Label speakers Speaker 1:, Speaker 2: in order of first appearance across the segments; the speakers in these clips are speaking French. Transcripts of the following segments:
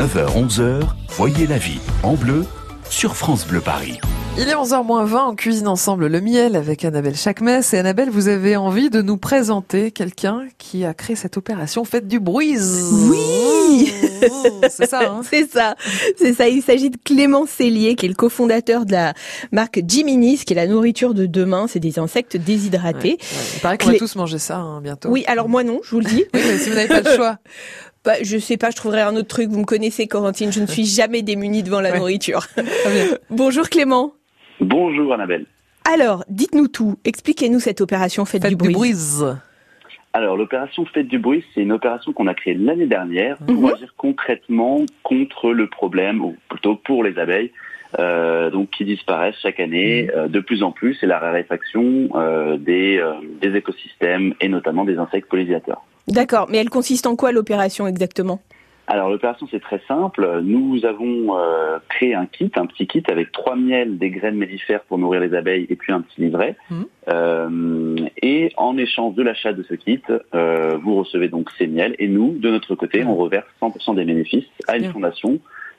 Speaker 1: 9h-11h, voyez la vie en bleu sur France Bleu Paris.
Speaker 2: Il est 11h 20, on cuisine ensemble le miel avec Annabelle Chakmes. Et Annabelle, vous avez envie de nous présenter quelqu'un qui a créé cette opération Faites du bruit.
Speaker 3: Oui
Speaker 2: C'est ça, hein
Speaker 3: C'est ça, c'est ça. Il s'agit de Clément Cellier, qui est le cofondateur de la marque Jiminis, qui est la nourriture de demain. C'est des insectes déshydratés.
Speaker 2: Il paraît qu'on va
Speaker 3: Clé-
Speaker 2: tous manger ça hein, bientôt.
Speaker 3: Oui, alors moi non, je vous le dis.
Speaker 2: Oui, mais si vous n'avez pas le choix.
Speaker 3: Bah, je sais pas, je trouverai un autre truc. Vous me connaissez, Corentine, je ne suis jamais démunie devant la
Speaker 2: Ouais.
Speaker 3: nourriture.
Speaker 2: Très bien.
Speaker 3: Bonjour Clément.
Speaker 4: Bonjour Annabelle.
Speaker 3: Alors, dites-nous tout. Expliquez-nous cette opération Faites,
Speaker 2: Faites
Speaker 3: du bruit.
Speaker 4: Alors l'opération Fête du bruit, c'est une opération qu'on a créée l'année dernière pour
Speaker 3: Mhm.
Speaker 4: agir concrètement contre le problème, ou plutôt pour les abeilles, euh, donc qui disparaissent chaque année euh, de plus en plus, et la raréfaction euh, des, euh, des écosystèmes et notamment des insectes pollinisateurs.
Speaker 3: D'accord, mais elle consiste en quoi l'opération exactement
Speaker 4: Alors l'opération c'est très simple. Nous avons euh, créé un kit, un petit kit avec trois miels, des graines mellifères pour nourrir les abeilles et puis un petit livret.
Speaker 2: Mhm.
Speaker 4: Euh, et en échange de l'achat de ce kit, euh, vous recevez donc ces miels et nous, de notre côté, on reverse 100% des bénéfices à
Speaker 2: Mmh. Bien.
Speaker 4: une fondation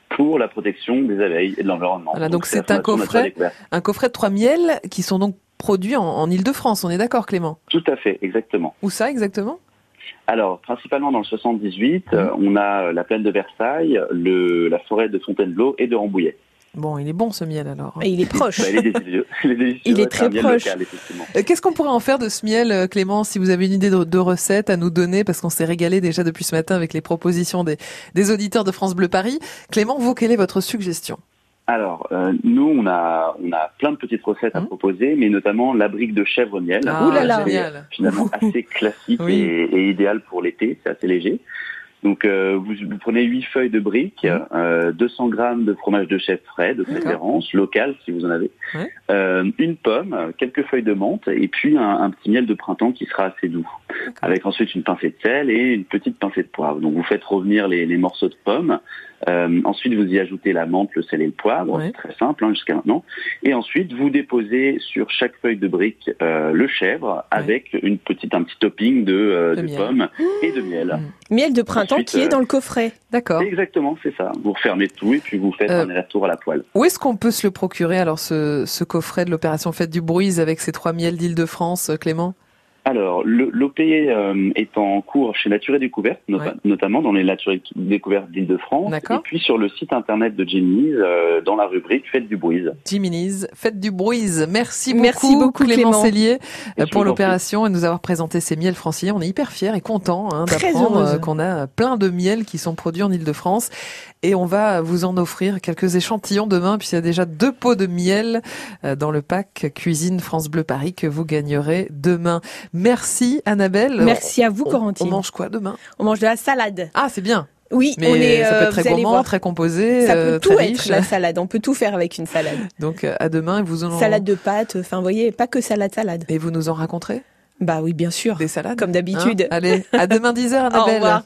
Speaker 4: pour la protection des abeilles et de l'environnement.
Speaker 2: Voilà, donc
Speaker 4: la
Speaker 2: c'est un
Speaker 4: Fondation
Speaker 2: coffret.
Speaker 4: Nature Découverte.
Speaker 2: Un coffret de trois miels qui sont donc produits en, en Ile-de-France, on est d'accord Clément
Speaker 4: Tout à fait, exactement.
Speaker 2: Où ça exactement
Speaker 4: Alors, principalement dans le 78,
Speaker 2: Mmh.
Speaker 4: euh, on a euh, la plaine de Versailles, le, la forêt de Fontainebleau et de Rambouillet.
Speaker 2: Bon, il est bon ce miel alors.
Speaker 3: Et Il est proche.
Speaker 4: Bah, il est délicieux. Il est, délicieux,
Speaker 3: Il est
Speaker 4: ouais, c'est
Speaker 3: très
Speaker 4: un miel
Speaker 3: proche.
Speaker 4: local, effectivement.
Speaker 2: Euh, Qu'est-ce qu'on pourrait en faire de ce miel, euh, Clément, si vous avez une idée de, de recette à nous donner, parce qu'on s'est régalé déjà depuis ce matin avec les propositions des, des auditeurs de France Bleu Paris. Clément, vous, quelle est votre suggestion
Speaker 4: Alors, euh, nous, on a, on a plein de petites recettes à
Speaker 3: Hein
Speaker 2: Mhm.
Speaker 4: proposer, mais notamment la brique de chèvre au miel.
Speaker 2: Ah,
Speaker 3: Ouh là là.
Speaker 2: génial.
Speaker 4: Finalement, assez classique
Speaker 2: Oui.
Speaker 4: et, et idéal pour l'été, c'est assez léger. Donc, euh, vous, vous prenez 8 feuilles de brique,
Speaker 3: Hein
Speaker 2: Mhm.
Speaker 4: euh, 200 grammes de fromage de chèvre frais, de préférence, local si vous en avez,
Speaker 2: Ouais.
Speaker 4: euh, une pomme, euh, quelques feuilles de menthe, et puis un, un petit miel de printemps qui sera assez doux. Avec ensuite une pincée de sel et une petite pincée de poivre. Donc, vous faites revenir les, les morceaux de pommes. Euh, ensuite, vous y ajoutez la menthe, le sel et le poivre.
Speaker 2: Ouais.
Speaker 4: C'est très simple hein, jusqu'à maintenant. Et ensuite, vous déposez sur chaque feuille de brique euh, le chèvre avec une petite, un petit topping de, euh,
Speaker 2: De
Speaker 4: de
Speaker 2: miel.
Speaker 4: pommes et de miel.
Speaker 3: Miel de printemps
Speaker 4: Ensuite,
Speaker 3: qui est
Speaker 4: euh,
Speaker 3: dans le coffret.
Speaker 2: D'accord.
Speaker 4: Exactement, c'est ça. Vous refermez tout et puis vous faites
Speaker 2: Euh,
Speaker 4: un aller-retour à la poêle.
Speaker 2: Où est-ce qu'on peut se le procurer, alors, ce, ce coffret de l'opération Fête du Bruise avec ces trois miels d'Île-de-France, euh, Clément
Speaker 4: Alors, le- l'OPE euh, est en cours chez Nature et Découverte, not-
Speaker 2: Ouais.
Speaker 4: notamment dans les Nature et Découverte d'Île-de-France,
Speaker 2: D'accord.
Speaker 4: et puis sur le site internet de Gemini's, euh, dans la rubrique Faites du bruit.
Speaker 2: Jiminy's, Fête du Bruise. Merci beaucoup,
Speaker 3: Merci beaucoup,
Speaker 2: Clément,
Speaker 3: Clément.
Speaker 2: Cellier
Speaker 4: Et je vous
Speaker 2: euh, pour
Speaker 4: en prie.
Speaker 2: l'opération et nous avoir présenté ces miels franciliens. On est hyper fiers et contents hein,
Speaker 3: Très
Speaker 2: d'apprendre
Speaker 3: heureuse.
Speaker 2: euh, qu'on a plein de miels qui sont produits en Ile-de-France et on va vous en offrir quelques échantillons demain puisqu'il y a déjà deux pots de miel euh, dans le pack Cuisine France Bleu Paris que vous gagnerez demain. Merci Annabelle.
Speaker 3: Merci à vous,
Speaker 2: On- On,
Speaker 3: Corentine. On,
Speaker 2: mange quoi demain
Speaker 3: mange de la salade.
Speaker 2: Ah c'est bien,
Speaker 3: Oui,
Speaker 2: mais
Speaker 3: on est.
Speaker 2: ça peut
Speaker 3: euh,
Speaker 2: être très
Speaker 3: vous allez
Speaker 2: gourmand,
Speaker 3: voir.
Speaker 2: très composé,
Speaker 3: Ça
Speaker 2: euh,
Speaker 3: peut tout
Speaker 2: très
Speaker 3: être
Speaker 2: riche.
Speaker 3: la salade. On peut tout faire avec une salade.
Speaker 2: Donc euh, à demain et vous en
Speaker 3: Salade de pâtes. Enfin, vous voyez, pas que salade, salade.
Speaker 2: et vous nous en raconterez
Speaker 3: Bah oui, bien sûr.
Speaker 2: des salades
Speaker 3: Comme d'habitude.
Speaker 2: Hein Allez, à demain 10h,
Speaker 3: Au
Speaker 2: Annabelle.
Speaker 3: revoir.